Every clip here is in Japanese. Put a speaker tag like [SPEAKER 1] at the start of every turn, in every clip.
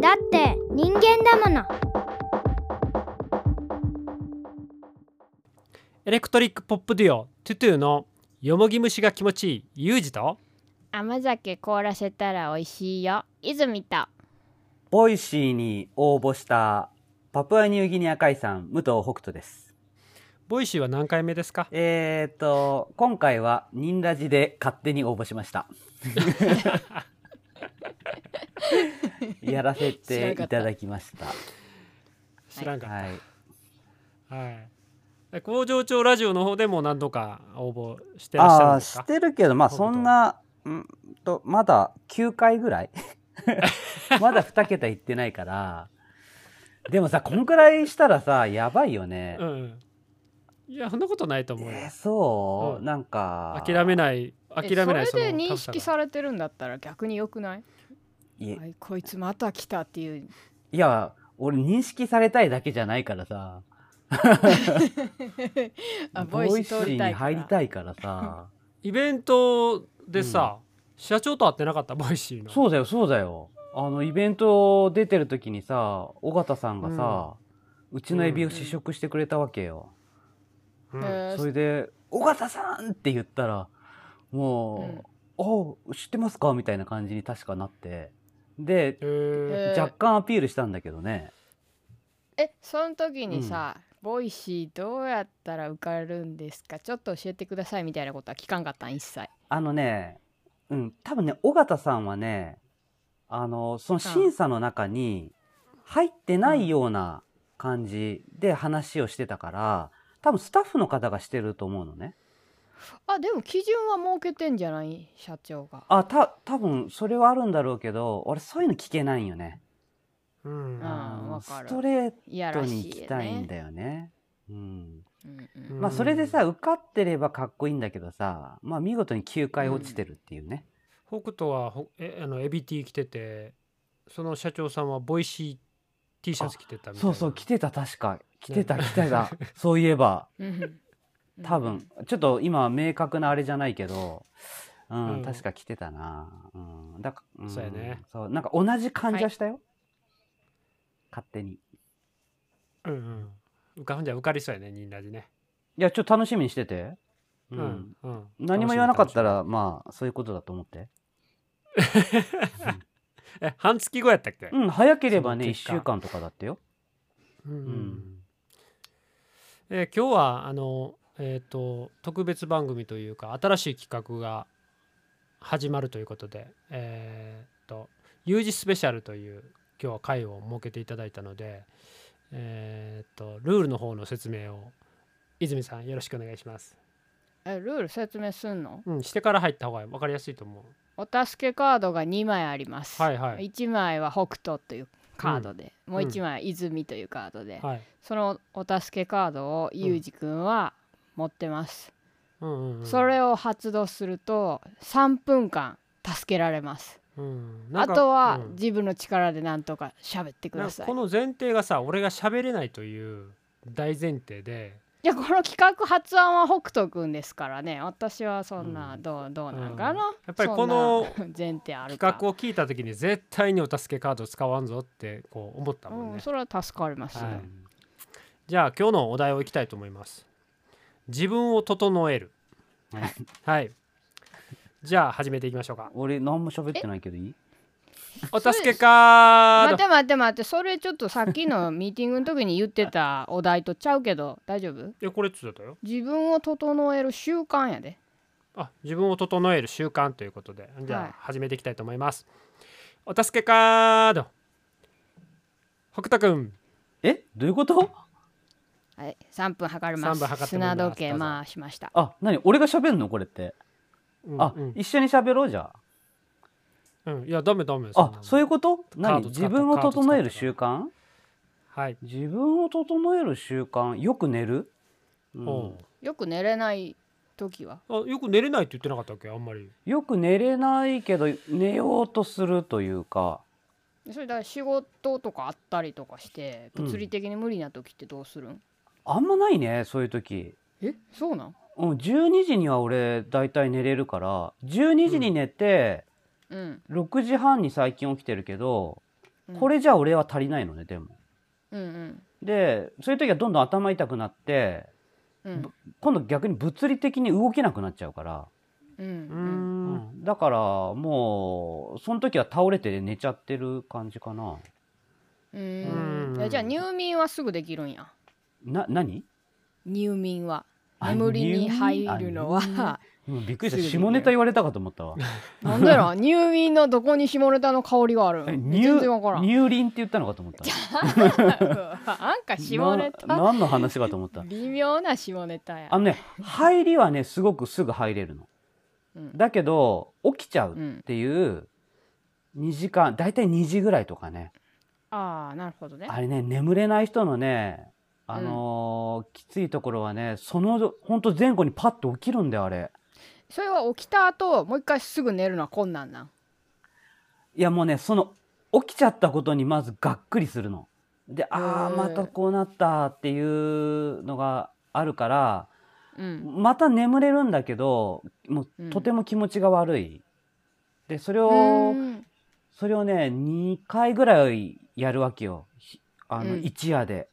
[SPEAKER 1] だって人間だもの
[SPEAKER 2] エレクトリックポップデュオトゥトゥのよもぎ虫が気持ちいいユージと
[SPEAKER 1] 甘酒凍らせたら美味しいよ泉と
[SPEAKER 3] ボイシーに応募したパプアニューギニア海産武藤北斗です。
[SPEAKER 2] ボイシーは何回目ですか
[SPEAKER 3] えーと、今回はニンラジで勝手に応募しま した。やらせていただきました。
[SPEAKER 2] 知らんかっ
[SPEAKER 3] はい。
[SPEAKER 2] た、はい工場長ラジオの方でも何度か応募してらっしゃ
[SPEAKER 3] あ
[SPEAKER 2] るん
[SPEAKER 3] あー、
[SPEAKER 2] です
[SPEAKER 3] し
[SPEAKER 2] か
[SPEAKER 3] てるけど、まあ
[SPEAKER 2] 北斗
[SPEAKER 3] そんな、うんと、まだ9回ぐ らいまだ2桁いってないから。でもさ、こんくらいしたらさ、やばいよね。
[SPEAKER 2] うんいやそんなことないと思うよ
[SPEAKER 3] えーそう、
[SPEAKER 2] うん
[SPEAKER 3] なんか。
[SPEAKER 2] 諦めない諦めない
[SPEAKER 4] えそれで
[SPEAKER 2] の
[SPEAKER 4] 認
[SPEAKER 2] タフさ
[SPEAKER 4] 識
[SPEAKER 2] が
[SPEAKER 4] されてるんだったら逆に良くない
[SPEAKER 3] いえ
[SPEAKER 4] あいこいつまた来たっていう
[SPEAKER 3] いや、俺認識されたいだけじゃないからさ。
[SPEAKER 4] あボ
[SPEAKER 3] ボ
[SPEAKER 4] イ
[SPEAKER 3] イシ
[SPEAKER 4] ス通りた
[SPEAKER 3] ーに
[SPEAKER 4] いから
[SPEAKER 3] 入りたいからさ。
[SPEAKER 2] イベントでさ、社長と会ってなかったボイシーの
[SPEAKER 3] そうだよ、そうだよ。あの、イベント出てる時にさ、尾形さんがさ、うちのエビを試食してくれたわけよ。
[SPEAKER 2] う
[SPEAKER 4] え
[SPEAKER 2] ん
[SPEAKER 4] ー
[SPEAKER 3] それで、尾形さんって言ったら、もう、あ知ってますかみたいな感じに確かなって。で
[SPEAKER 2] え、ー
[SPEAKER 4] えー
[SPEAKER 3] 若干アピールしたんだけどね。
[SPEAKER 4] えその時にさ、ボイシーどうやったら受かるんですかちょっと教えてくださいみたいなことは聞かんかったん一切
[SPEAKER 3] あのね、うん、多分ね、尾形さんはね、あの、その審査の中に入ってないような感じで話をしてたから、多分スタッフの方がしてると思うのね。
[SPEAKER 4] あでも基準は設けてんじゃない社長が
[SPEAKER 3] あ、た、多分それはあるんだろうけど、俺そういうの聞けないんよね。
[SPEAKER 2] うん
[SPEAKER 4] あ
[SPEAKER 3] あの
[SPEAKER 4] わかる
[SPEAKER 3] ストレー
[SPEAKER 4] いや
[SPEAKER 3] ト
[SPEAKER 4] らし
[SPEAKER 3] に
[SPEAKER 4] い
[SPEAKER 3] 行き
[SPEAKER 4] よ
[SPEAKER 3] たいん
[SPEAKER 4] ね
[SPEAKER 3] だよね。うん。
[SPEAKER 4] うんう
[SPEAKER 2] うん
[SPEAKER 4] ん
[SPEAKER 3] まあそれでさ、受かってればかっこいいんだけどさ、まあ見事に9回落ちてるっていうね。
[SPEAKER 2] 北斗はほえあのエビティ着ててその社長さんはボイシー T シャツ着てたみたい
[SPEAKER 3] そ
[SPEAKER 2] な
[SPEAKER 3] うそう、来てた確か。来てた来てた。そういえば。
[SPEAKER 4] うんうん
[SPEAKER 3] 多分ちょっと今は明確なあれじゃないけど、うん
[SPEAKER 2] うん
[SPEAKER 3] 確か来てたな、うん、だか、ん
[SPEAKER 2] そうやね
[SPEAKER 3] そうなんか同じ感じはしたよ、勝手にい
[SPEAKER 2] うんうん浮かんじゃ受かりそうやねニンラジね
[SPEAKER 3] やちょっと楽しみにしてて、
[SPEAKER 2] う
[SPEAKER 3] う
[SPEAKER 2] んんうん
[SPEAKER 3] 何も言わなかった
[SPEAKER 2] ら
[SPEAKER 3] らまあそういうことだと思って
[SPEAKER 2] え半月後やったっけ
[SPEAKER 3] うん早ければね
[SPEAKER 2] その
[SPEAKER 3] 1
[SPEAKER 2] 結果
[SPEAKER 3] 週間とかだってよ
[SPEAKER 2] うん
[SPEAKER 3] ん
[SPEAKER 2] えー今日はあのえっ、と特別番組というか新しい企画が始まるということでえっ、と「有事スペシャル」という今日は会を設けていただいたのでえっ、とルールの方の説明を泉さんよろしくお願いします。
[SPEAKER 4] えルール説明すんの
[SPEAKER 2] うんしてから入った方が分かりやすいと思う。
[SPEAKER 4] お助けカードが2枚あります、
[SPEAKER 2] はいはい
[SPEAKER 4] 1枚は北斗というカードで、もう
[SPEAKER 2] うん
[SPEAKER 4] 1枚は泉というカードで、
[SPEAKER 2] はい。
[SPEAKER 4] そのお助けカードをゆうじくんは持ってます、
[SPEAKER 2] うんうんうん、
[SPEAKER 4] それを発動すると3分間助けられます
[SPEAKER 2] うん、な
[SPEAKER 4] あ
[SPEAKER 2] んか
[SPEAKER 4] とは
[SPEAKER 2] うん
[SPEAKER 4] 自分の力でなんとか喋ってく
[SPEAKER 2] な
[SPEAKER 4] だ
[SPEAKER 2] ん
[SPEAKER 4] さ
[SPEAKER 2] か
[SPEAKER 4] い
[SPEAKER 2] この前提がさ俺が喋れないという大前提で
[SPEAKER 4] いやこの企画発案は北斗くんですからね私はそんな
[SPEAKER 2] うん
[SPEAKER 4] どう,、どうなんかな、
[SPEAKER 2] やっぱりこの
[SPEAKER 4] そんな 前提ある
[SPEAKER 2] 企
[SPEAKER 4] か
[SPEAKER 2] 画を聞いた時に絶対にお助けカード使わんぞってこう思ったもんね、
[SPEAKER 4] うん、それは助かります、
[SPEAKER 2] は
[SPEAKER 4] ね
[SPEAKER 2] いじゃあ今日のお題をいきたいと思います自分を整える
[SPEAKER 3] はい
[SPEAKER 2] はいじゃあ始めていき ましょうか
[SPEAKER 3] 俺何も喋ってないけどいい
[SPEAKER 2] お助けカー
[SPEAKER 4] 待っ
[SPEAKER 2] ド
[SPEAKER 4] て待って待ってそれちょっとさっきのミーティングの時に言ってたお題とちゃうけど大丈夫
[SPEAKER 2] えこれっつってたよ
[SPEAKER 4] 自分を整える習慣やで
[SPEAKER 2] あ自分を整える習慣ということでじ
[SPEAKER 4] は
[SPEAKER 2] ゃ
[SPEAKER 4] い
[SPEAKER 2] あ始めていきたいと思います、お助けカード北斗くん
[SPEAKER 3] えどういうこと
[SPEAKER 4] はい、3分計りま
[SPEAKER 2] 3分計ってもらいます
[SPEAKER 4] す。砂時計
[SPEAKER 2] どうぞ
[SPEAKER 4] 回しました。
[SPEAKER 3] あ何俺が喋るのこれって、
[SPEAKER 2] うん
[SPEAKER 3] あ
[SPEAKER 2] うん
[SPEAKER 3] 一緒に喋ろうじゃ
[SPEAKER 2] うん、いやダメダメ
[SPEAKER 3] ああそういううこと
[SPEAKER 2] カー
[SPEAKER 3] 何
[SPEAKER 2] ド使った
[SPEAKER 3] 自分を
[SPEAKER 2] カード使った
[SPEAKER 3] 整える習慣
[SPEAKER 2] はい、
[SPEAKER 3] 自分を整える習慣よく寝る、うん
[SPEAKER 2] おう
[SPEAKER 4] よく寝れない時は。
[SPEAKER 2] あよく寝れないって言ってなかったっけあんまり
[SPEAKER 3] よく寝れないけど寝ようとするというか
[SPEAKER 4] それだから仕事とかあったりとかして
[SPEAKER 3] うん
[SPEAKER 4] 物理的に無理な時ってどうするん、
[SPEAKER 3] あんまないねそういう時、
[SPEAKER 4] えそうなん
[SPEAKER 3] うん、12時には俺だいたい寝れるから12時に寝て、
[SPEAKER 4] うん
[SPEAKER 3] 6時半に最近起きてるけど
[SPEAKER 4] うん
[SPEAKER 3] これじゃ俺は足りないのね、でも。
[SPEAKER 4] うんうん
[SPEAKER 3] で、そういう時はどんどん頭痛くなって、
[SPEAKER 4] うん
[SPEAKER 3] 今度逆に物理的に動けなくなっちゃうから、
[SPEAKER 4] う
[SPEAKER 2] うんん
[SPEAKER 3] だからもう、その時は倒れて寝ちゃってる感じかな。
[SPEAKER 4] う
[SPEAKER 2] うん
[SPEAKER 4] んえじゃあ入眠はすぐできるんや
[SPEAKER 3] な、何
[SPEAKER 4] 入眠は
[SPEAKER 3] あ
[SPEAKER 4] 眠りに入
[SPEAKER 3] 入
[SPEAKER 4] る
[SPEAKER 3] 眠
[SPEAKER 4] のは
[SPEAKER 3] うんびっくりした。
[SPEAKER 4] すぐできる
[SPEAKER 3] 下ネタ言われたかと思ったわ。
[SPEAKER 4] なんだろ 入眠のどこに下ネタの香りがあるん
[SPEAKER 3] え
[SPEAKER 4] 全然わからん
[SPEAKER 3] 乳輪って言ったのかと思った。
[SPEAKER 4] なんか下ネ
[SPEAKER 3] な
[SPEAKER 4] タ
[SPEAKER 3] 何の話かと思った。
[SPEAKER 4] 微妙な下ネタや
[SPEAKER 3] あのね、入りはね、すごくすぐ入れるの。
[SPEAKER 4] うん
[SPEAKER 3] だけど、起きちゃう
[SPEAKER 4] う
[SPEAKER 3] っ
[SPEAKER 4] ん
[SPEAKER 3] ていう、2時間、だいたい2時ぐらいとかね。
[SPEAKER 4] ああなるほどね
[SPEAKER 3] あれね、眠れない人のね、あのーきついところはね、その、ほんと前後にパッと起きるんだよ、あれ。
[SPEAKER 4] それは起きた後もう一回すぐ寝るのは困難なん
[SPEAKER 3] いや、もうね、その、起きちゃったことにまずがっくりするの。で、ああ、
[SPEAKER 4] へー
[SPEAKER 3] またこうなったっていうのがあるから、
[SPEAKER 4] うん
[SPEAKER 3] また眠れるんだけどもう
[SPEAKER 4] うん
[SPEAKER 3] とても気持ちが悪い、でそれを、
[SPEAKER 4] うん
[SPEAKER 3] それをね2回ぐらいやるわけよひあの、
[SPEAKER 4] うん
[SPEAKER 3] 一夜で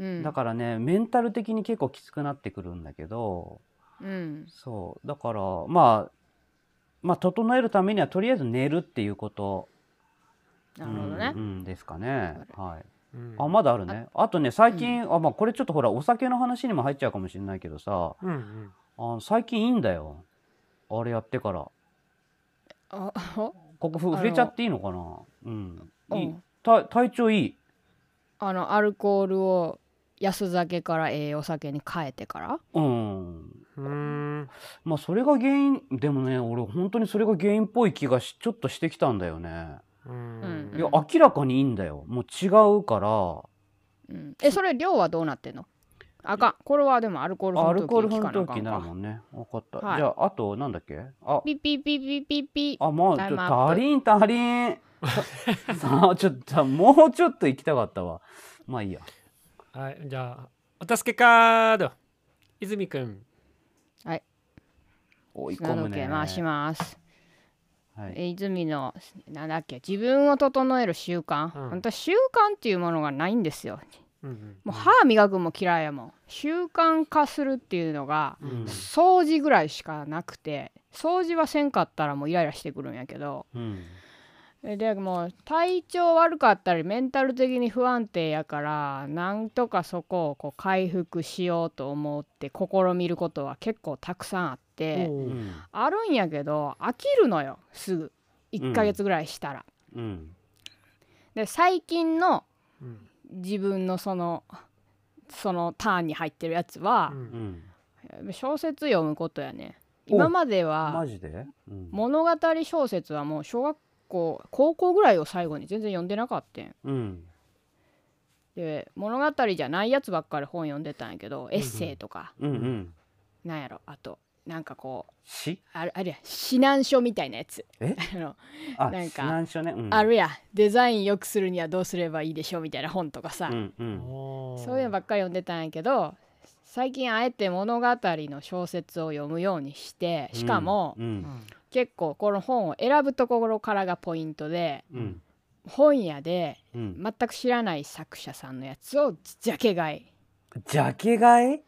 [SPEAKER 4] うん
[SPEAKER 3] だからねメンタル的に結構きつくなってくるんだけど
[SPEAKER 4] うん
[SPEAKER 3] そうだからまあまあ整えるためにはとりあえず寝るっていうこと
[SPEAKER 4] なるほどね
[SPEAKER 3] うんうんですかねはい
[SPEAKER 2] うん
[SPEAKER 3] あまだあるねあとね最近、あまあこれちょっとほらお酒の話にも入っちゃうかもしれないけどさ
[SPEAKER 2] うんうん
[SPEAKER 3] あの最近いいんだよあれやってから
[SPEAKER 4] あお
[SPEAKER 3] ここふ
[SPEAKER 4] あの
[SPEAKER 3] 触れちゃっていいのかなうん。
[SPEAKER 4] う
[SPEAKER 3] いい
[SPEAKER 4] ん
[SPEAKER 3] た体調いい。
[SPEAKER 4] あのアルコールを安酒からええお酒に変えてから
[SPEAKER 3] うん。
[SPEAKER 2] うん
[SPEAKER 3] まあそれが原因、でもね、俺本当にそれが原因っぽい気がしちょっとしてきたんだよね。
[SPEAKER 2] うん
[SPEAKER 3] いや、
[SPEAKER 4] うん
[SPEAKER 3] 明らかにいいんだよ。もう違うから、
[SPEAKER 4] うんえそれ量はどうなってんのあかんこれはでもアルコール
[SPEAKER 3] アルコール
[SPEAKER 4] 粉
[SPEAKER 3] 粉
[SPEAKER 4] 糖
[SPEAKER 3] 糖
[SPEAKER 4] 機
[SPEAKER 3] 機に
[SPEAKER 4] 聞
[SPEAKER 3] な
[SPEAKER 4] かな
[SPEAKER 3] る
[SPEAKER 4] あかん
[SPEAKER 3] もんね。わかった。
[SPEAKER 4] はい
[SPEAKER 3] じゃあ、あと、なんだっけあ、
[SPEAKER 4] ピッピッピッピッピッピ
[SPEAKER 3] あ、もう、ち
[SPEAKER 4] タイ
[SPEAKER 3] ょ
[SPEAKER 4] ムアップ
[SPEAKER 3] 足りん、足りん。 ささあ、ちょっと、もうちょっと行きたかったわ。まあいいや。
[SPEAKER 2] はいじゃあお助けカード泉くん
[SPEAKER 3] 追い込
[SPEAKER 4] 砂
[SPEAKER 3] む
[SPEAKER 4] 時計
[SPEAKER 3] ね。
[SPEAKER 4] 回します、
[SPEAKER 3] はい。
[SPEAKER 4] え泉のなんだっけ自分を整える習慣、
[SPEAKER 2] うん
[SPEAKER 4] ほんと習慣っていうものがないんですよ
[SPEAKER 2] うんうん
[SPEAKER 4] もう歯磨くも嫌いやもん習慣化するっていうのが
[SPEAKER 3] うん
[SPEAKER 4] 掃除ぐらいしかなくて掃除はせんかったらもうイライラしてくるんやけど
[SPEAKER 3] うん。
[SPEAKER 4] えでもう体調悪かったりメンタル的に不安定やからなんとかそこをこう回復しようと思って試みることは結構たくさんあって
[SPEAKER 3] う
[SPEAKER 2] おー
[SPEAKER 3] ん。
[SPEAKER 4] あるんやけど飽きるのよすぐ1ヶ月ぐらいしたら。
[SPEAKER 3] うん。
[SPEAKER 4] で最近の
[SPEAKER 2] うん
[SPEAKER 4] 自分のそのそのターンに入ってるやつは
[SPEAKER 2] う、
[SPEAKER 3] うんん。
[SPEAKER 4] 小説読むことやね
[SPEAKER 3] お
[SPEAKER 4] 今までは
[SPEAKER 3] マジでうん。
[SPEAKER 4] 物語小説はもう小学校高校ぐらいを最後に全然読んでなかったん
[SPEAKER 3] うん。
[SPEAKER 4] で物語じゃないやつばっかり本読んでたんやけどエッセイとか、
[SPEAKER 3] うんうん。
[SPEAKER 4] なんやろあとなんかこう
[SPEAKER 3] し
[SPEAKER 4] あるあるや指南書みたいなやつ
[SPEAKER 3] え
[SPEAKER 4] あの、
[SPEAKER 3] あ、
[SPEAKER 4] なん
[SPEAKER 3] 指
[SPEAKER 4] か
[SPEAKER 3] 南書ね。うん、
[SPEAKER 4] あるやデザイン良くするにはどうすればいいでしょうみたいな本とかさ、
[SPEAKER 3] うんう
[SPEAKER 2] うん
[SPEAKER 3] ん。
[SPEAKER 2] おー
[SPEAKER 4] そういうのばっかり読んでたんやけど最近あえて物語の小説を読むようにしてしかも、
[SPEAKER 3] うん
[SPEAKER 4] 結構この本を選ぶところからがポイントで
[SPEAKER 3] うん
[SPEAKER 4] 本屋で
[SPEAKER 3] うん。
[SPEAKER 4] 全く知らない作者さんのやつをジャケ買い
[SPEAKER 3] ジャケ買い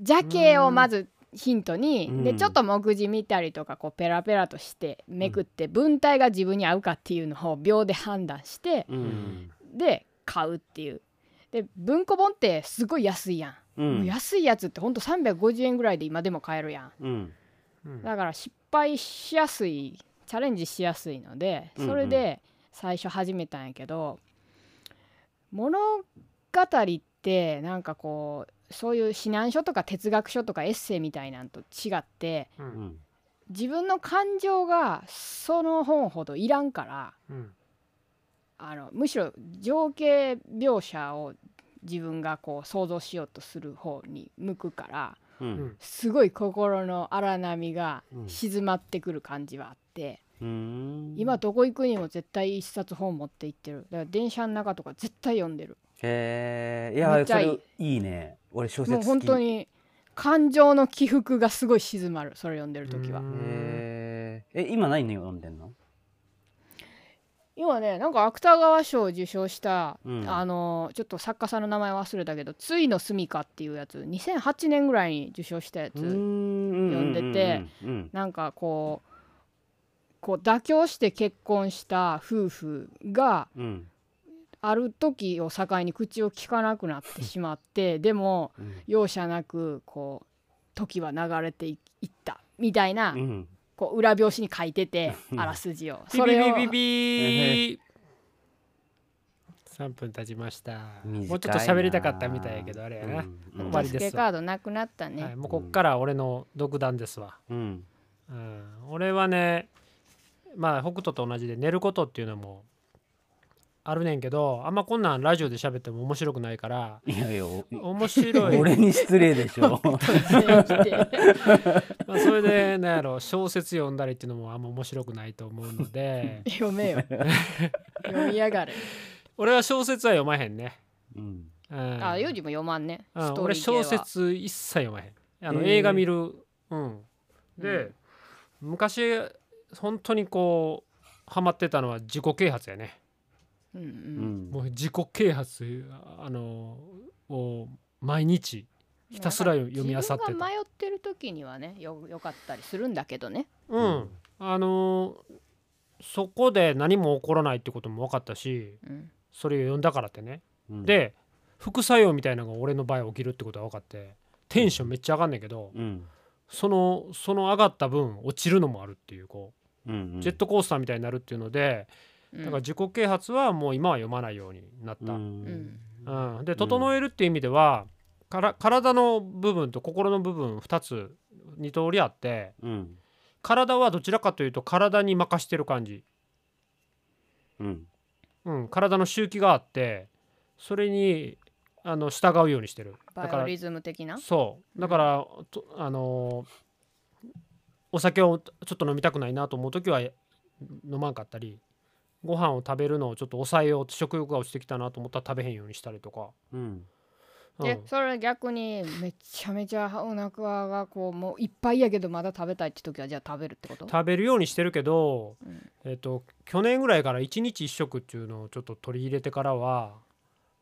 [SPEAKER 4] ジャケをまずヒントに、
[SPEAKER 3] うん
[SPEAKER 4] でちょっと目次見たりとかこうペラペラとしてめくって文体が自分に合うかっていうのを秒で判断して
[SPEAKER 3] うん。
[SPEAKER 4] で買うっていう。で文庫本ってすごい安いや、
[SPEAKER 3] うん。
[SPEAKER 4] もうん安いやつってほんと350円ぐらいで今でも買えるやん
[SPEAKER 3] うん。
[SPEAKER 2] うん
[SPEAKER 4] だから失敗しやすいチャレンジしやすいので
[SPEAKER 3] うんうん
[SPEAKER 4] それで最初始めたんやけど、物語ってなんかこうそういう指南書とか哲学書とかエッセイみたいなんと違って
[SPEAKER 2] う
[SPEAKER 3] うんん。
[SPEAKER 4] 自分の感情がその本ほどいらんから
[SPEAKER 2] うん
[SPEAKER 4] あのむしろ情景描写を自分がこう想像しようとする方に向くから
[SPEAKER 3] う。
[SPEAKER 2] うんん
[SPEAKER 4] すごい心の荒波が
[SPEAKER 3] うん
[SPEAKER 4] 静まってくる感じはあって、
[SPEAKER 3] うん。
[SPEAKER 4] 今
[SPEAKER 3] へ
[SPEAKER 4] どこ行くにも絶対一冊本持って行ってるだから電車の中とか絶対読んでる
[SPEAKER 3] え。いや、
[SPEAKER 4] めっち
[SPEAKER 3] そ
[SPEAKER 4] ゃいい
[SPEAKER 3] れいいね。俺小
[SPEAKER 4] も
[SPEAKER 3] 説好
[SPEAKER 4] う
[SPEAKER 3] き。
[SPEAKER 4] 本当。に感情の起伏がすごい静まるそれ読んでる時は
[SPEAKER 2] うん
[SPEAKER 3] えー、え今何読んでんの
[SPEAKER 4] 今ねなんか芥川賞を受賞した、
[SPEAKER 3] うん
[SPEAKER 4] あのちょっと作家さんの名前忘れたけど「ついのすみか」っていうやつ2008年ぐらいに受賞したやつ、
[SPEAKER 3] 読
[SPEAKER 4] んでて、
[SPEAKER 3] うんうん
[SPEAKER 4] なんかこうこう妥協して結婚した夫婦が
[SPEAKER 3] うんうん
[SPEAKER 4] ある時を境に口を聞かなくなってしまって でも
[SPEAKER 3] うん
[SPEAKER 4] 容赦なくこう時は流れていいったみたいな、
[SPEAKER 3] うん
[SPEAKER 4] こう裏表紙に書いてて
[SPEAKER 3] うん
[SPEAKER 4] あらすじを
[SPEAKER 2] ビ
[SPEAKER 4] そ
[SPEAKER 2] ビ
[SPEAKER 4] れを
[SPEAKER 2] ビビ
[SPEAKER 3] え
[SPEAKER 2] ビ3分経ちました
[SPEAKER 3] 短いな
[SPEAKER 2] もうちょっと喋りたかったみたいやけどあれやな、
[SPEAKER 3] うんうん
[SPEAKER 2] 終わり
[SPEAKER 4] 助
[SPEAKER 2] です
[SPEAKER 4] け
[SPEAKER 2] わ
[SPEAKER 4] カードなくなったね、
[SPEAKER 2] はい、もうこっから俺の独断ですわ、
[SPEAKER 3] うん
[SPEAKER 2] うん、俺はねまあ北斗と同じで寝ることっていうのもあるねんけどあんまこんなんラジオで喋っても面白くないから
[SPEAKER 3] いやいやお
[SPEAKER 2] 面白い
[SPEAKER 3] 俺に失礼でし ょ
[SPEAKER 2] まあそれでなんやろ小説読んだりっていうのもあんま面白くないと思う ので
[SPEAKER 4] 読め よ読みやがれ、
[SPEAKER 2] 俺は小説は読まへんね、
[SPEAKER 3] うん
[SPEAKER 2] うん、
[SPEAKER 4] あユージも読まんね、
[SPEAKER 2] うん
[SPEAKER 4] ストーリ
[SPEAKER 2] 俺
[SPEAKER 4] ー系は
[SPEAKER 2] 小説一切読まへんあの、
[SPEAKER 3] えー
[SPEAKER 2] 映画見るうんで、昔本当にこうハマってたのは自己啓発やね
[SPEAKER 4] うんう
[SPEAKER 3] うんん
[SPEAKER 2] もう自己啓発あのを毎日ひたすら読み漁ってた
[SPEAKER 4] 自分が迷ってる時にはねよよかったりするんだけどね
[SPEAKER 2] うん、
[SPEAKER 3] うん
[SPEAKER 2] あのそこで何も起こらないってことも分かったし
[SPEAKER 4] うん
[SPEAKER 2] それを読んだからってね
[SPEAKER 3] うん
[SPEAKER 2] で副作用みたいなのが俺の場合起きるってことは分かってテンションめっちゃ上がんねんけど、
[SPEAKER 3] うん
[SPEAKER 2] そのその上がった分落ちるのもあるっていうこ
[SPEAKER 3] うんう
[SPEAKER 2] うんジェットコースターみたいになるっていうので、
[SPEAKER 4] うん
[SPEAKER 2] だから自己啓発はもう今は読まないようになった、
[SPEAKER 3] う
[SPEAKER 4] うんん
[SPEAKER 2] うん、で整えるっていう意味では、から体の部分と心の部分2つ2通りあって
[SPEAKER 3] うん
[SPEAKER 2] 体はどちらかというと体に任してる感じ、
[SPEAKER 3] うん
[SPEAKER 2] うん、体の周期があってそれにあの従うようにしてるだ
[SPEAKER 4] バイ
[SPEAKER 2] か
[SPEAKER 4] オリズム的な
[SPEAKER 2] らそうだから、とあのーお酒をちょっと飲みたくないなと思う時は飲まんかったりご飯を食べるのをちょっと抑えようと食欲が落ちてきたなと思ったら食べへんようにしたりとか。
[SPEAKER 3] うん
[SPEAKER 2] うん
[SPEAKER 4] でそれ逆にめちゃめちゃお腹がこうもういっぱいやけどまだ食べたいって時はじゃあ食べるってこと
[SPEAKER 2] 食べるようにしてるけど、
[SPEAKER 4] うん
[SPEAKER 2] えっと去年ぐらいから1日1食っていうのをちょっと取り入れてからは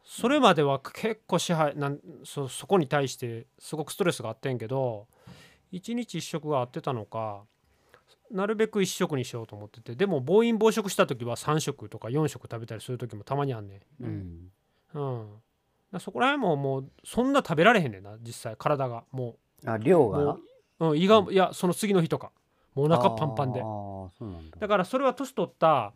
[SPEAKER 2] それまでは結構支配なんそそこに対してすごくストレスがあってんけど1日1食が合ってたのかなるべく1食にしようと思っててでも暴飲暴食した時は3食とか4食食べたりする時もたまにあんね
[SPEAKER 3] うんうん
[SPEAKER 2] ん、うん、だからそこら辺ももうそんな食べられへんねんな実際体がも
[SPEAKER 3] あ量
[SPEAKER 2] う
[SPEAKER 3] が
[SPEAKER 2] もう、うん、胃がいやその次の日とかもうお腹パンパンで
[SPEAKER 3] ああ。そうなんだ
[SPEAKER 2] だからそれは年取った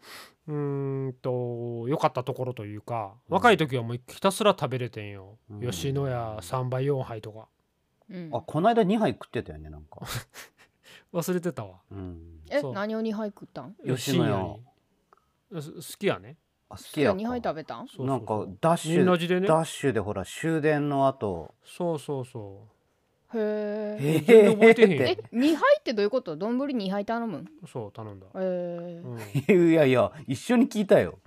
[SPEAKER 2] うーんと良かったところというか若い時はもうひたすら食べれてんよ、
[SPEAKER 3] うん
[SPEAKER 2] 吉野家3杯4杯とか
[SPEAKER 4] うん
[SPEAKER 3] あこの間2杯食ってたよねなんか
[SPEAKER 2] 忘れてたわ
[SPEAKER 3] うん
[SPEAKER 4] え
[SPEAKER 2] そう
[SPEAKER 4] 何を2杯食ったん
[SPEAKER 3] 吉野家
[SPEAKER 2] 家好きやね
[SPEAKER 3] あ好き
[SPEAKER 4] 今
[SPEAKER 3] やか
[SPEAKER 4] 日2杯食べたん
[SPEAKER 2] そうそうそう
[SPEAKER 3] なんかダッシ
[SPEAKER 2] みんな
[SPEAKER 3] ュ
[SPEAKER 2] 味でね
[SPEAKER 3] ダッシュでほら終電の後
[SPEAKER 2] そうそうそ
[SPEAKER 4] へえ
[SPEAKER 2] う
[SPEAKER 3] えー
[SPEAKER 2] 全然覚えてへん
[SPEAKER 4] え
[SPEAKER 2] よ
[SPEAKER 4] 2杯ってどういうこと丼2杯頼むん
[SPEAKER 2] そう頼んだ、
[SPEAKER 4] え
[SPEAKER 2] うん、
[SPEAKER 3] いやいや一緒に聞いたよ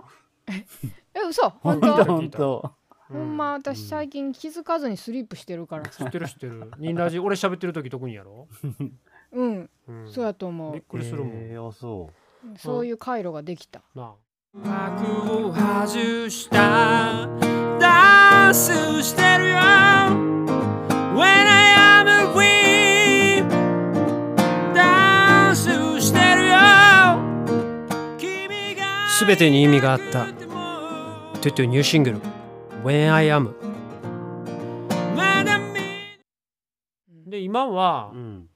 [SPEAKER 4] え嘘
[SPEAKER 3] 本
[SPEAKER 4] 本
[SPEAKER 3] 当
[SPEAKER 4] 当
[SPEAKER 3] 本当
[SPEAKER 2] う
[SPEAKER 4] ほんま私最近気づかずにスリープしてるから
[SPEAKER 2] 知ってる知ってるニンラジ俺喋ってる時特にやろ、
[SPEAKER 4] うん
[SPEAKER 2] うん、
[SPEAKER 4] そうやと思
[SPEAKER 2] びっ
[SPEAKER 4] う
[SPEAKER 2] くりするもん、
[SPEAKER 3] えーあそう
[SPEAKER 4] そういう回路ができた
[SPEAKER 2] な幕を外したダンスしてるよ When I am a we ダンスしてるよすべてに意味があったトゥトゥニューシングル When I am で今は、
[SPEAKER 3] うん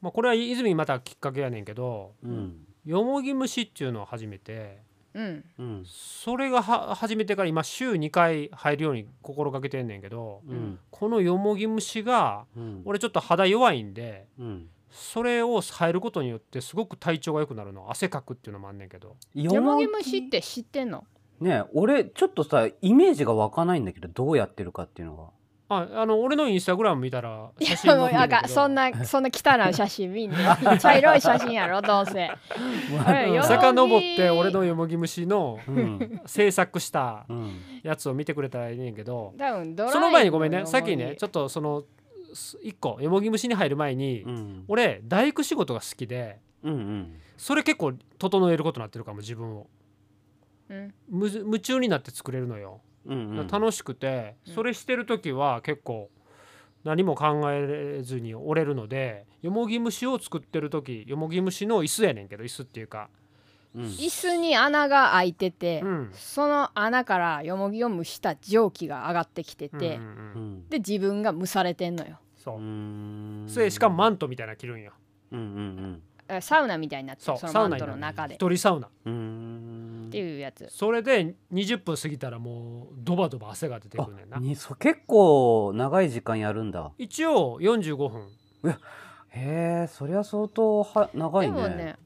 [SPEAKER 2] まあ、これは泉またきっかけやねんけど
[SPEAKER 3] うん
[SPEAKER 2] よもぎ虫っていうのを始めて
[SPEAKER 4] うん
[SPEAKER 3] うん
[SPEAKER 2] それがは始めてから今週2回入るように心がけてんねんけど
[SPEAKER 3] うん
[SPEAKER 2] このよもぎ虫が
[SPEAKER 3] うん
[SPEAKER 2] 俺ちょっと肌弱いんで
[SPEAKER 3] うん
[SPEAKER 2] それを入ることによってすごく体調が良くなるの汗かくっていうのもあんねんけど
[SPEAKER 4] よ
[SPEAKER 3] よ
[SPEAKER 4] もぎ虫って知ってんの
[SPEAKER 3] ねえ俺ちょっとさイメージが湧かないんだけどどうやってるかっていうのが
[SPEAKER 2] ああの俺のインスタグラム見たら写真 載って
[SPEAKER 4] な
[SPEAKER 2] る
[SPEAKER 4] ん
[SPEAKER 2] けど
[SPEAKER 4] かそん なそんな汚い写真見んね茶色い写真やろどうせ あれよもぎ
[SPEAKER 2] 遡って俺のよもぎ虫の
[SPEAKER 3] うん
[SPEAKER 2] 制作した
[SPEAKER 3] うん
[SPEAKER 2] やつを見てくれたらいいねんけど
[SPEAKER 4] 多分ドライ
[SPEAKER 2] その前にごめんねさっき
[SPEAKER 4] よも
[SPEAKER 2] ね
[SPEAKER 4] ぎ
[SPEAKER 2] ちょっとその1個よもぎ虫に入る前に
[SPEAKER 3] うん
[SPEAKER 2] 俺大工仕事が好きで。
[SPEAKER 3] うんうん
[SPEAKER 2] それ結構整えることになってるかも自分を
[SPEAKER 4] うん
[SPEAKER 2] むず夢中になって作れるのよ。
[SPEAKER 3] うんうん、
[SPEAKER 2] 楽しくて
[SPEAKER 4] うん
[SPEAKER 2] それしてる時は結構何も考えずに折れるのでよもぎ虫を作ってる時よもぎ虫の椅子やねんけど椅子っていうか、
[SPEAKER 3] うん
[SPEAKER 4] 椅子に穴が開いてて、
[SPEAKER 2] うん
[SPEAKER 4] その穴からよもぎを蒸した蒸気が上がってきてて、
[SPEAKER 2] うんうんうん
[SPEAKER 3] ん
[SPEAKER 4] で自分が蒸されてんのよ
[SPEAKER 2] そうう、
[SPEAKER 3] ん
[SPEAKER 2] それしかもマントみたいなの着るんよ
[SPEAKER 3] うんうん
[SPEAKER 4] えサウナみたいになって
[SPEAKER 2] そ
[SPEAKER 4] る
[SPEAKER 2] う
[SPEAKER 4] その
[SPEAKER 2] サ
[SPEAKER 4] マ
[SPEAKER 2] ウナ
[SPEAKER 4] ン
[SPEAKER 2] に
[SPEAKER 4] ト
[SPEAKER 2] な
[SPEAKER 4] の中でっ
[SPEAKER 2] 一人サウナ
[SPEAKER 3] うんうん
[SPEAKER 4] ていうやつ
[SPEAKER 2] それで20分過ぎたらもうドバドバ汗が出てくるねんな
[SPEAKER 3] あにそ結構長い時間やるんだ
[SPEAKER 2] 一応45分
[SPEAKER 3] へえそりゃ相当は長
[SPEAKER 4] で
[SPEAKER 3] いね
[SPEAKER 4] もね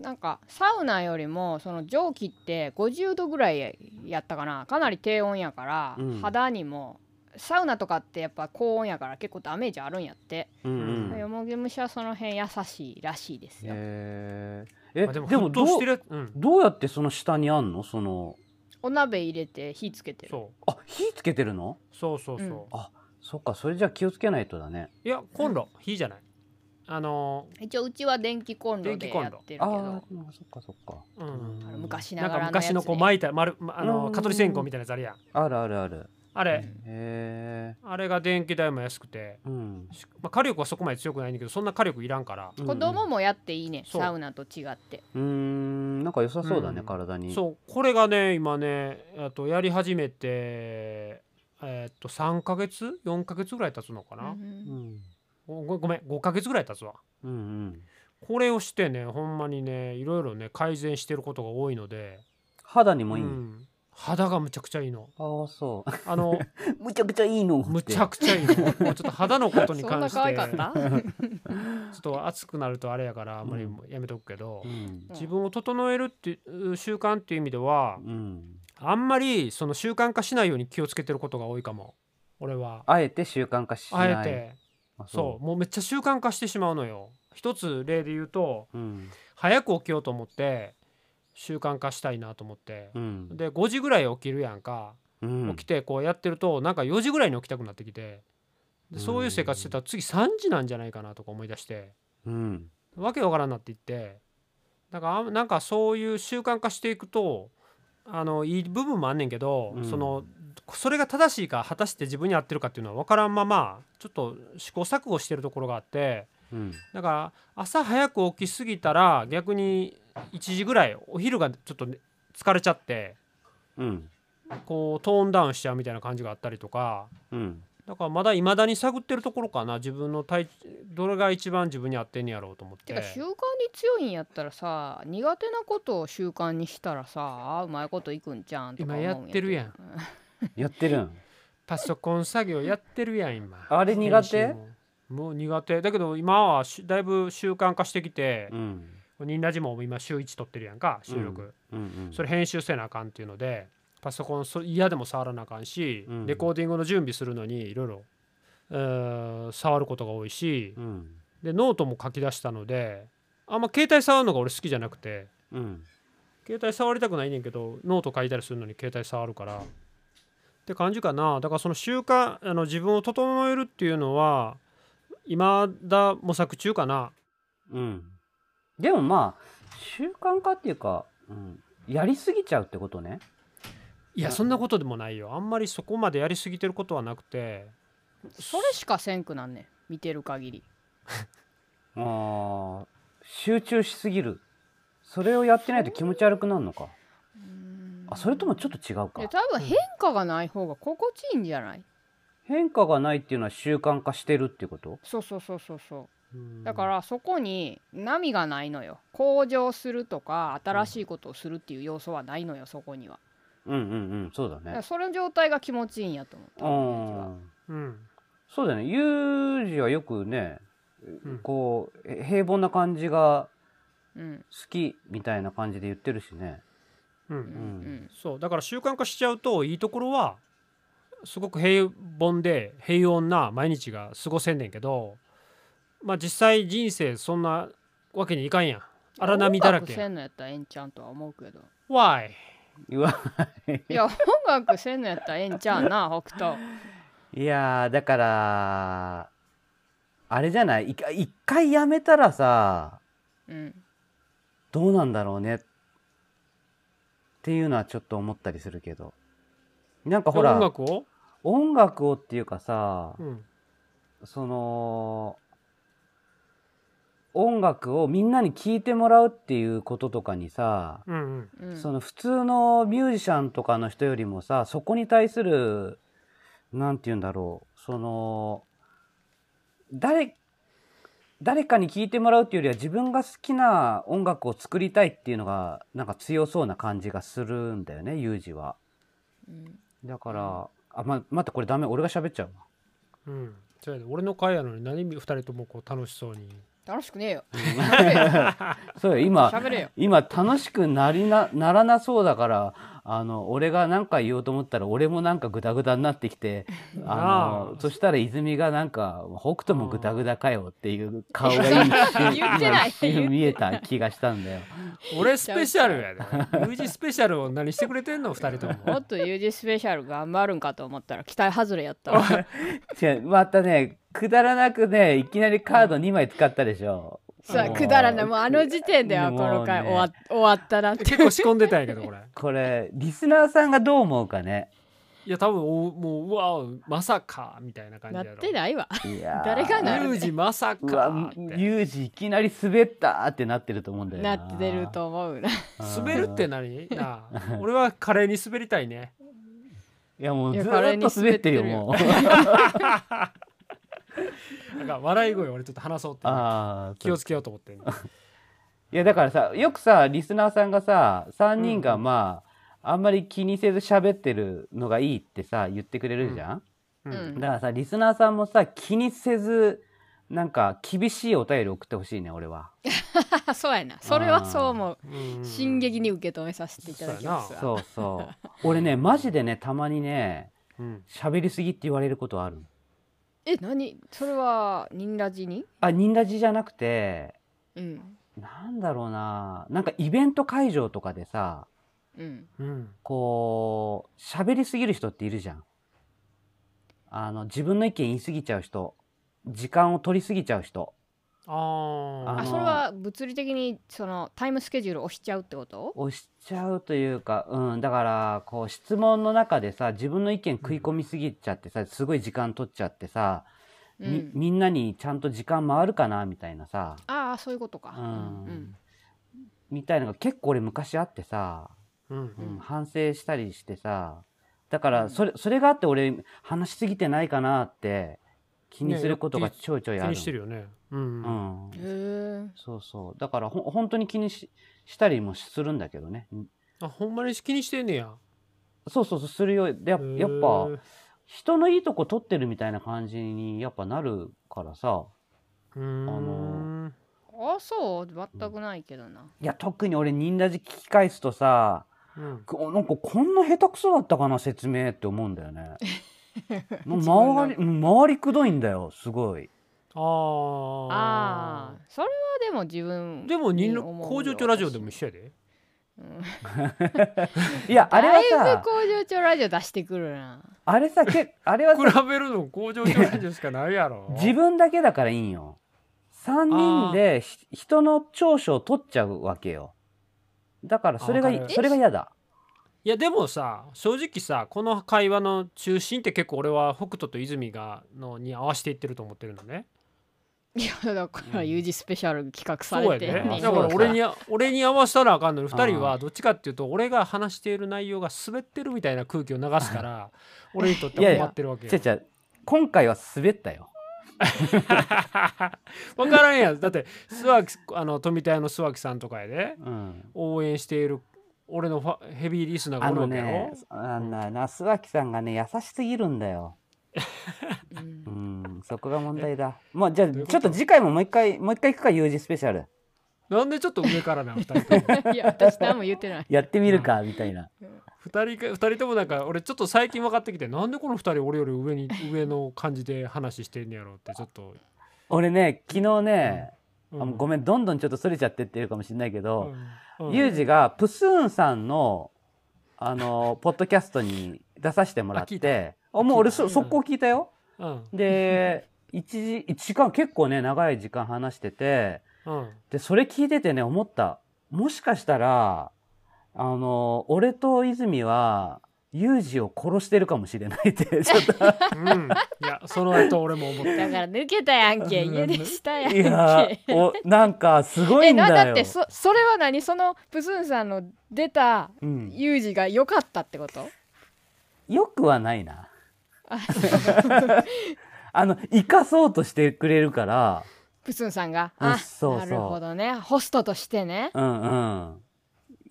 [SPEAKER 4] なんかサウナよりもその蒸気って50度ぐらいやったかなかなり低温やから、
[SPEAKER 3] うん
[SPEAKER 4] 肌にもサウナとかってやっぱ高温やから結構ダメージあるんやって、
[SPEAKER 3] うんうん
[SPEAKER 2] う
[SPEAKER 4] よもぎ虫はその辺優しいらしいですよ、
[SPEAKER 3] へええ
[SPEAKER 2] まあ
[SPEAKER 3] で
[SPEAKER 2] で
[SPEAKER 3] も
[SPEAKER 2] も沸騰
[SPEAKER 3] ど
[SPEAKER 2] し
[SPEAKER 3] う
[SPEAKER 2] てるやつうん
[SPEAKER 3] どうやってその下にあんのその
[SPEAKER 4] お鍋入れて火つけてる
[SPEAKER 2] そう
[SPEAKER 3] あ火つけてるの
[SPEAKER 2] そうそうそう、
[SPEAKER 4] うん
[SPEAKER 3] そっかそれじゃ気をつけないとだね
[SPEAKER 2] いやコンロ火じゃないあの
[SPEAKER 4] 一応うちは電気コンロでやってるけ
[SPEAKER 3] ああ
[SPEAKER 4] ど
[SPEAKER 3] ーでもそっかそっか
[SPEAKER 2] ーうん
[SPEAKER 4] あの昔
[SPEAKER 2] な
[SPEAKER 4] なんが
[SPEAKER 2] から
[SPEAKER 4] のやつ
[SPEAKER 2] 昔
[SPEAKER 4] で
[SPEAKER 2] のこう巻いた丸、ま、あ
[SPEAKER 3] う
[SPEAKER 2] の
[SPEAKER 3] ん
[SPEAKER 2] 蚊取り線香みたいなやつあるやん
[SPEAKER 3] あるあるある
[SPEAKER 2] あれ、
[SPEAKER 3] へえ
[SPEAKER 2] あれが電気代も安くて、
[SPEAKER 3] うん
[SPEAKER 2] しまあ、火力はそこまで強くないんだけどそんな火力いらんから、
[SPEAKER 4] 子供もやっていいね、
[SPEAKER 2] そう
[SPEAKER 4] サウナと違って
[SPEAKER 3] うんうんなんか良さそうだね、
[SPEAKER 2] うん
[SPEAKER 3] 体にう
[SPEAKER 2] そうこれがね今ねあとやり始めてえーっと3ヶ月4ヶ月ぐらい経つのかな、
[SPEAKER 4] うん
[SPEAKER 3] ん
[SPEAKER 2] ごごごめん5ヶ月ぐらい経つわ
[SPEAKER 3] うんうん
[SPEAKER 2] これをしてねほんまにねいろいろね改善してることが多いので
[SPEAKER 3] 肌にもいい、
[SPEAKER 2] うん肌がむちゃくちゃいいの
[SPEAKER 3] ああそう
[SPEAKER 2] あの
[SPEAKER 3] むちゃくちゃいいのって
[SPEAKER 2] むちゃくちゃいいのもうちょっと肌のことに
[SPEAKER 4] そん
[SPEAKER 2] 関
[SPEAKER 4] な
[SPEAKER 2] して
[SPEAKER 4] 可愛かった
[SPEAKER 2] ちょっと暑くなるとあれやからあんまり
[SPEAKER 3] うん
[SPEAKER 2] やめとくけど、
[SPEAKER 3] うん
[SPEAKER 2] 自分を整えるっていう習慣っていう意味では
[SPEAKER 3] うん
[SPEAKER 2] あんまりその習慣化しないように気をつけてることが多いかも俺は
[SPEAKER 3] あえて習慣化しな
[SPEAKER 2] あ
[SPEAKER 3] い
[SPEAKER 2] えて
[SPEAKER 3] あ
[SPEAKER 2] そうもうめっちゃ習慣化してしまうのよ一つ例で言うと
[SPEAKER 3] ううん
[SPEAKER 2] 早く起きようと思って習慣化したいなと思って
[SPEAKER 3] う、ん
[SPEAKER 2] で5時ぐらい起きるやんか、
[SPEAKER 3] うん
[SPEAKER 2] 起きてこうやってるとなんか4時ぐらいに起きたくなってきてでそういう生活してたら次3時なんじゃないかなとか思い出して。
[SPEAKER 3] うん
[SPEAKER 2] わけわからんなって言ってだからあんなんかそういう習慣化していくとあのいい部分もあんねんけど、
[SPEAKER 3] うん
[SPEAKER 2] そのそれが正しいか果たして自分に合ってるかっていうのは分からんままちょっと試行錯誤してるところがあって
[SPEAKER 3] うん
[SPEAKER 2] だから朝早く起きすぎたら逆に1時ぐらいお昼がちょっとね疲れちゃって
[SPEAKER 3] うん
[SPEAKER 2] こうトーンダウンしちゃうみたいな感じがあったりとか
[SPEAKER 3] うん
[SPEAKER 2] だからまだ未だに探ってるところかな自分の体どれが一番自分に合ってんねやろうと思って。
[SPEAKER 4] てか習慣に強いんやったらさ苦手なことを習慣にしたらさうまいこといくんじゃうんとか
[SPEAKER 2] 今
[SPEAKER 4] 思うん
[SPEAKER 2] や
[SPEAKER 4] や
[SPEAKER 2] ってるやん
[SPEAKER 3] やってるん
[SPEAKER 2] パソコン作業やってるやん今
[SPEAKER 3] あれ苦手
[SPEAKER 2] 編集ももう苦手だけど今はしだいぶ習慣化してきて
[SPEAKER 3] う、ん
[SPEAKER 2] ニンラジも今週1撮ってるやんか収録、
[SPEAKER 3] うんうん
[SPEAKER 2] それ編集せなあかんっていうのでパソコンそ嫌でも触らなあかんし、
[SPEAKER 3] うん
[SPEAKER 2] レコーディングの準備するのにいろいろえー触ることが多いし
[SPEAKER 3] うん
[SPEAKER 2] でノートも書き出したのであんま携帯触るのが俺好きじゃなくて
[SPEAKER 3] うん
[SPEAKER 2] 携帯触りたくないねんけどノート書いたりするのに携帯触るからって感じかなだからその習慣あの自分を整えるっていうのは今だ模索中かな
[SPEAKER 3] うんでもまあ習慣化っていうか、うん、やりすぎちゃうってことね
[SPEAKER 2] いやそんなことでもないよあんまりそこまでやりすぎてることはなくて
[SPEAKER 4] それしかせんくなんねん見てる限り
[SPEAKER 3] あー集中しすぎるそれをやってないと気持ち悪くなるのかあそれともちょっと違う
[SPEAKER 4] いや
[SPEAKER 3] か
[SPEAKER 4] 多分変化がない方が心地いいんじゃない、
[SPEAKER 3] 変化がないっていうのは習慣化してるってこと
[SPEAKER 4] そうそうそうそうそう
[SPEAKER 2] うん
[SPEAKER 4] だからそこに波がないのよ向上するとか新しいことをするっていう要素はないのよそこには
[SPEAKER 3] うんうんうんそうだ
[SPEAKER 4] だから
[SPEAKER 3] ね
[SPEAKER 4] その状態が気持ちいいんやと思
[SPEAKER 3] う
[SPEAKER 4] うん
[SPEAKER 2] うん
[SPEAKER 3] そうだねユージはよくね
[SPEAKER 2] うん
[SPEAKER 3] こうえ平凡な感じが
[SPEAKER 4] ううん
[SPEAKER 3] 好きみたいな感じで言ってるしね
[SPEAKER 2] う
[SPEAKER 4] うん
[SPEAKER 2] ん
[SPEAKER 4] うん
[SPEAKER 2] そうだから習慣化しちゃうといいところはすごく平凡で平穏な毎日が過ごせんねんけどまあ実際人生そんなわけにいかんやん荒波だら
[SPEAKER 4] 音楽
[SPEAKER 2] け
[SPEAKER 4] せんのやったらええんちゃんとは思うけど
[SPEAKER 2] Why?
[SPEAKER 3] うわ
[SPEAKER 4] いや音楽せんのやったらええんちゃうな北斗
[SPEAKER 3] いやーだからあれじゃない一回一回やめたらさ
[SPEAKER 4] うん
[SPEAKER 3] どうなんだろうねっていうのはちょっと思ったりするけど。なんかほら、
[SPEAKER 2] 音
[SPEAKER 3] 音楽
[SPEAKER 2] 楽を、
[SPEAKER 3] をっていうかさ
[SPEAKER 2] う、ん、
[SPEAKER 3] その、音楽をみんなに聴いてもらうっていうこととかにさ、
[SPEAKER 2] うんうん
[SPEAKER 4] うん
[SPEAKER 3] その普通のミュージシャンとかの人よりもさそこに対するなんて言うんだろうその誰誰かに聴いてもらうっていうよりは自分が好きな音楽を作りたいっていうのがなんか強そうな感じがするんだよねユージは。
[SPEAKER 4] うん
[SPEAKER 3] だからあ、ま、待ってこれダメ俺が喋っちゃうわ
[SPEAKER 2] うんそうやで俺の会やのに何2人ともこう楽しそうに
[SPEAKER 4] 楽しくねえよ。喋れよ。
[SPEAKER 3] そうよ今
[SPEAKER 4] 喋れよ。
[SPEAKER 3] 今楽しくなりなならなそうだからあの俺が何か言おうと思ったら俺もなんかグダグダになって きてあの
[SPEAKER 2] ああ
[SPEAKER 3] そしたら泉がなんか「北斗もグダグダかよ」っていう 顔がいい
[SPEAKER 4] 言ってない言って
[SPEAKER 3] 見えた気がしたんだよ。
[SPEAKER 2] 俺スペシャルやでユージスペシャルを何してくれてんの2人と
[SPEAKER 4] も
[SPEAKER 2] も
[SPEAKER 4] っと UG スペシャル頑張るんかと思ったら期待外れやったわ。
[SPEAKER 3] 違うまたねくだらなくねいきなりカード2枚使ったでしょ。
[SPEAKER 4] さあ
[SPEAKER 3] もう
[SPEAKER 4] くだらないもうあの時点ではこの回
[SPEAKER 3] もうね
[SPEAKER 4] 終わ,、終わったなって
[SPEAKER 2] 結構仕込んでたんやけどこれ
[SPEAKER 3] これリスナーさんがどう思うかね。
[SPEAKER 2] いや多分おもううわまさかみたいな感じ
[SPEAKER 4] な
[SPEAKER 2] や
[SPEAKER 4] っ
[SPEAKER 2] ろ
[SPEAKER 4] てないわ。
[SPEAKER 3] いやー
[SPEAKER 4] 誰がなる
[SPEAKER 2] ユージまさ
[SPEAKER 3] う
[SPEAKER 2] か
[SPEAKER 3] わ
[SPEAKER 2] って
[SPEAKER 3] ユージいきなり滑ったってなってると思うんだよ
[SPEAKER 4] な
[SPEAKER 3] な。
[SPEAKER 4] ってると思うな。
[SPEAKER 2] 滑るって何なあ俺は華麗に滑りたいね
[SPEAKER 3] いやもう
[SPEAKER 4] い
[SPEAKER 3] ず
[SPEAKER 4] や
[SPEAKER 3] ー
[SPEAKER 4] 華麗
[SPEAKER 3] っ
[SPEAKER 4] に
[SPEAKER 3] と滑ってるよもう。
[SPEAKER 2] なんか笑い声俺ちょっと話そうって
[SPEAKER 3] ああ
[SPEAKER 2] 気をつけようと思ってんの
[SPEAKER 3] いやだからさよくさリスナーさんがさ3人がまあ、あんまり気にせず喋ってるのがいいってさ言ってくれるじゃん、
[SPEAKER 2] う
[SPEAKER 4] うんん
[SPEAKER 3] だからさリスナーさんもさ気にせずなんか厳しいお便り送ってほしいね俺は
[SPEAKER 4] そうやな。 それはそう思う。
[SPEAKER 2] うん
[SPEAKER 4] 進撃に受け止めさせていただきますわ。
[SPEAKER 3] そうそう俺ねマジでねたまにね
[SPEAKER 2] うん
[SPEAKER 3] 喋りすぎって言われることある
[SPEAKER 4] え、何それはニンラジに
[SPEAKER 3] あニンラジじゃなくて
[SPEAKER 4] うん。
[SPEAKER 3] なんだろうななんかイベント会場とかでさ
[SPEAKER 4] うん。
[SPEAKER 2] うん
[SPEAKER 3] こう喋りすぎる人っているじゃんあの自分の意見言いすぎちゃう人時間を取りすぎちゃう人
[SPEAKER 2] あ
[SPEAKER 3] あ
[SPEAKER 4] あ、
[SPEAKER 3] の
[SPEAKER 2] あ
[SPEAKER 4] それは物理的にそのタイムスケジュール押しちゃうってこと
[SPEAKER 3] 押しちゃうというか、うん、だからこう質問の中でさ自分の意見食い込みすぎちゃってさすごい時間取っちゃってさ、
[SPEAKER 4] う
[SPEAKER 3] み
[SPEAKER 4] ん。
[SPEAKER 3] みんなにちゃんと時間回るかなみたいなさ、
[SPEAKER 4] ああ、そういうことか。
[SPEAKER 3] う
[SPEAKER 4] うんん。
[SPEAKER 3] みたいなのが結構俺昔あってさ、
[SPEAKER 2] うん
[SPEAKER 3] うん
[SPEAKER 4] うん
[SPEAKER 3] 反省したりしてさだからそれそれがあって俺話しすぎてないかなって気にすることがちょいちょい
[SPEAKER 2] 気
[SPEAKER 3] あるの。
[SPEAKER 2] にしてるよねうんう
[SPEAKER 3] う
[SPEAKER 2] ん
[SPEAKER 4] うん。
[SPEAKER 3] ん
[SPEAKER 4] へえ。
[SPEAKER 3] そうそう。だからほん本当に気にししたりもするんだけどね。うん
[SPEAKER 2] あほんまに気にしてんねや
[SPEAKER 3] そうそうそう、するよ。でやっやっぱ、人のいいとこ取ってるみたいな感じにやっぱなるからさ。
[SPEAKER 2] へーうん
[SPEAKER 3] あ
[SPEAKER 4] ああ、そう全くないけどな。
[SPEAKER 3] いや、特に俺、ニンラジ聞き返すとさ、
[SPEAKER 2] うん
[SPEAKER 3] こなんかこんな下手くそだったかな、説明って思うんだ よね。もう回り、うん回りくどいんだよ、すごい。
[SPEAKER 2] あ
[SPEAKER 4] ああ、それはでも自分
[SPEAKER 2] ーでも
[SPEAKER 4] に
[SPEAKER 2] 人の
[SPEAKER 4] 思うよ
[SPEAKER 2] 工場長ラジオでも一緒やで
[SPEAKER 4] うん
[SPEAKER 3] いや、あれは
[SPEAKER 4] だいぶ
[SPEAKER 3] さ、
[SPEAKER 4] 工場長ラジオ出してくるな。
[SPEAKER 3] あれさ、けあれはさ、
[SPEAKER 2] 比べるの工場長ラジオしかないやろ
[SPEAKER 3] 自分だけだからいいんよ。3人でひ人の長所を取っちゃうわけよ。だからそれが
[SPEAKER 2] あわかる
[SPEAKER 3] それが嫌だ。
[SPEAKER 2] いやでもさ正直さこの会話の中心って結構俺は北斗と泉がのに合わせていってると思ってるのね。
[SPEAKER 4] いやだから
[SPEAKER 2] うん
[SPEAKER 4] UG スペシャル企画
[SPEAKER 2] そ
[SPEAKER 4] さ
[SPEAKER 2] うや
[SPEAKER 4] れ
[SPEAKER 2] で、
[SPEAKER 4] てん
[SPEAKER 3] あ
[SPEAKER 4] ね
[SPEAKER 2] だ
[SPEAKER 4] ん
[SPEAKER 2] か
[SPEAKER 3] そう
[SPEAKER 2] ら
[SPEAKER 3] だ
[SPEAKER 2] 俺に俺に合わせたらあかんのに
[SPEAKER 3] あ
[SPEAKER 2] 2人はどっちかっていうと俺が話している内容が滑ってるみたいな空気を流すから俺にとって
[SPEAKER 3] いや
[SPEAKER 2] はい
[SPEAKER 3] や
[SPEAKER 2] 困ってるわけよ
[SPEAKER 3] ちゃ。ちゃ今回は滑ったよ。
[SPEAKER 2] 分からんやんだって諏訪木あの富田屋の諏訪木さんとかやで
[SPEAKER 3] うん。
[SPEAKER 2] 応援している俺のファヘビーリスナーが
[SPEAKER 3] あ
[SPEAKER 2] おるわ
[SPEAKER 3] の
[SPEAKER 2] けやろ。
[SPEAKER 3] ね、あんな那須脇さんがね優しすぎるんだよ。
[SPEAKER 4] うん
[SPEAKER 3] うん、そこが問題だ。まあじゃあ
[SPEAKER 2] どういうこと
[SPEAKER 3] ちょっと次回ももう一回もう一回行くか U 字スペシャル
[SPEAKER 2] なんでちょっと上からな2人とも。
[SPEAKER 4] いや私何も言ってない。
[SPEAKER 3] やってみるかみたいな。
[SPEAKER 2] 二人か二人ともなんか俺ちょっと最近分かってきてなんでこの二人俺より上に上の感じで話してんねやろうってちょっと、
[SPEAKER 3] 俺ね昨日ね、
[SPEAKER 2] うん
[SPEAKER 3] あもうごめんどんどんちょっとそれちゃってってるかもしれないけ
[SPEAKER 2] う
[SPEAKER 3] ど。
[SPEAKER 2] ん
[SPEAKER 3] ユージがプスーンさんの、あの、ポッドキャストに出させてもらっ
[SPEAKER 2] あ聞い
[SPEAKER 3] て、あもう俺
[SPEAKER 2] 聞い
[SPEAKER 3] そ、
[SPEAKER 2] た
[SPEAKER 3] 速攻聞いたよ。
[SPEAKER 2] うん
[SPEAKER 3] で、一時、一時間、結構ね、長い時間話してて、
[SPEAKER 2] うん
[SPEAKER 3] で、それ聞いててね、思った。もしかしたら、あの、俺と泉は、ユージを殺してるかもしれないって、ちょっと、
[SPEAKER 2] うん、いやその後俺も思った
[SPEAKER 1] だから抜けたやんけ
[SPEAKER 2] うん
[SPEAKER 1] 家出したやん
[SPEAKER 3] いや
[SPEAKER 1] け、
[SPEAKER 3] お、なんか、すごい
[SPEAKER 4] え
[SPEAKER 3] ん
[SPEAKER 4] な
[SPEAKER 3] だ
[SPEAKER 4] だっ
[SPEAKER 3] よ。
[SPEAKER 4] てそそれは何そのプスンさんの出た
[SPEAKER 3] うん。
[SPEAKER 4] ユージが良かったってこと
[SPEAKER 3] よくはないな。
[SPEAKER 4] あ
[SPEAKER 3] あの、生かそうとしてくれるから、
[SPEAKER 4] プスンさんが
[SPEAKER 3] うん
[SPEAKER 4] あ
[SPEAKER 3] そうそう
[SPEAKER 4] なるほどねホストとしてね
[SPEAKER 3] うんうん。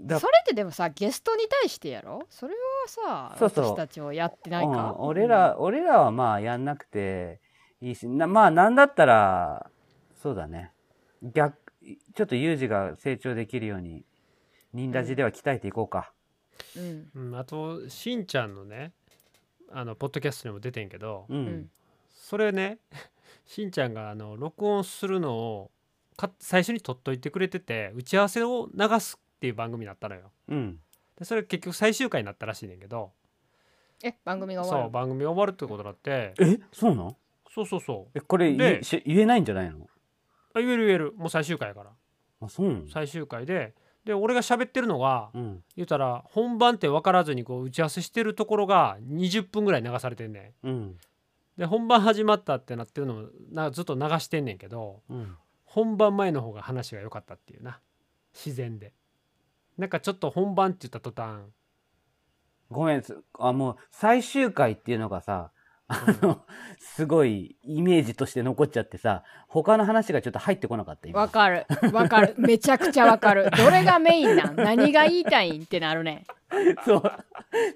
[SPEAKER 3] だ
[SPEAKER 4] それってでもさゲストに対してやろそれはさ
[SPEAKER 3] そうそう
[SPEAKER 4] 私たちをやってないか、
[SPEAKER 3] うん、俺ら、俺らはまあやんなくていいし、なまあなんだったら、そうだね。逆、ちょっとユージが成長できるように、忍ラジでは鍛えていこうか。
[SPEAKER 4] うん
[SPEAKER 2] うん、あとしんちゃんのねあのポッドキャストにも出てんけど
[SPEAKER 3] うん。
[SPEAKER 4] うん
[SPEAKER 2] それねしんちゃんがあの録音するのをか最初に撮っといてくれてて打ち合わせを流すっていう番組だったのよ
[SPEAKER 3] うん。
[SPEAKER 2] でそれ結局最終回になったらしいねんけど
[SPEAKER 4] え番組が終
[SPEAKER 2] そ
[SPEAKER 4] わ
[SPEAKER 2] う番組終わるってことだって
[SPEAKER 3] えそうなん
[SPEAKER 2] そうそうそう
[SPEAKER 3] え、これ
[SPEAKER 2] で
[SPEAKER 3] 言えし言えないんじゃないの
[SPEAKER 2] あ言える言えるもう最終回やから
[SPEAKER 3] あ、そうなの
[SPEAKER 2] 最終回でで俺が喋ってるのが
[SPEAKER 3] うん。
[SPEAKER 2] 言うたら本番って分からずにこう打ち合わせしてるところが20分ぐらい流されてんねん
[SPEAKER 3] うん。
[SPEAKER 2] で本番始まったってなってるのもなずっと流してんねんけど
[SPEAKER 3] うん。
[SPEAKER 2] 本番前の方が話が良かったっていうな自然でなんかちょっと本番って言った途端
[SPEAKER 3] ごめん、すあ、もう最終回っていうのがさ、あの、すごいイメージとして残っちゃってさ、他の話がちょっと入ってこなかった、
[SPEAKER 4] る
[SPEAKER 3] 今。
[SPEAKER 4] わかるわかるめちゃくちゃわかるどれがメインなん何が言いたいんってなるね
[SPEAKER 3] そう。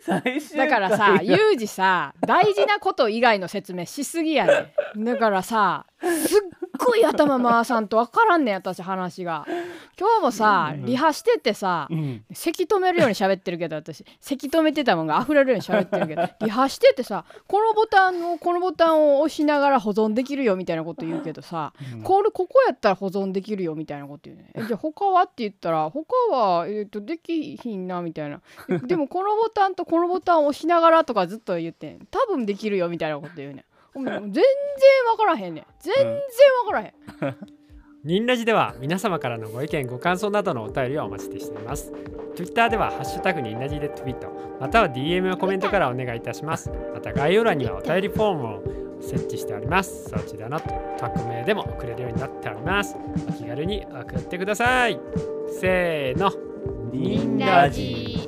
[SPEAKER 3] 最終
[SPEAKER 4] だ
[SPEAKER 3] 回
[SPEAKER 4] から さ
[SPEAKER 3] が
[SPEAKER 4] ユージさ大事なこと以外の説明しすぎやねだからさすっごい頭回さんとわからんねん私話が今日もさリハしててさ
[SPEAKER 3] うん。
[SPEAKER 4] 咳止めるように喋ってるけど私咳止めてたもんが溢れるように喋ってるけどリハしててさこのボタンをこのボタンを押しながら保存できるよみたいなこと言うけどさ、これここやったら保存できるよみたいなこと言うねえじゃあ他はって言ったら他は、えー、とできひんなみたいなえでもこのボタンとこのボタンを押しながらとかずっと言ってん多分できるよみたいなこと言うねんお前全然わからへんねん全然わからへん
[SPEAKER 2] ニンラジでは皆様からのご意見ご感想などのお便りをお待ちしています Twitter では「ハッシュタグニンラジ」でツイートまたは DM やコメントからお願いいたしますまた概要欄にはお便りフォームを設置しておりますそちらの匿名でも送れるようになっておりますお気軽に送ってくださいせーの
[SPEAKER 1] みんなじ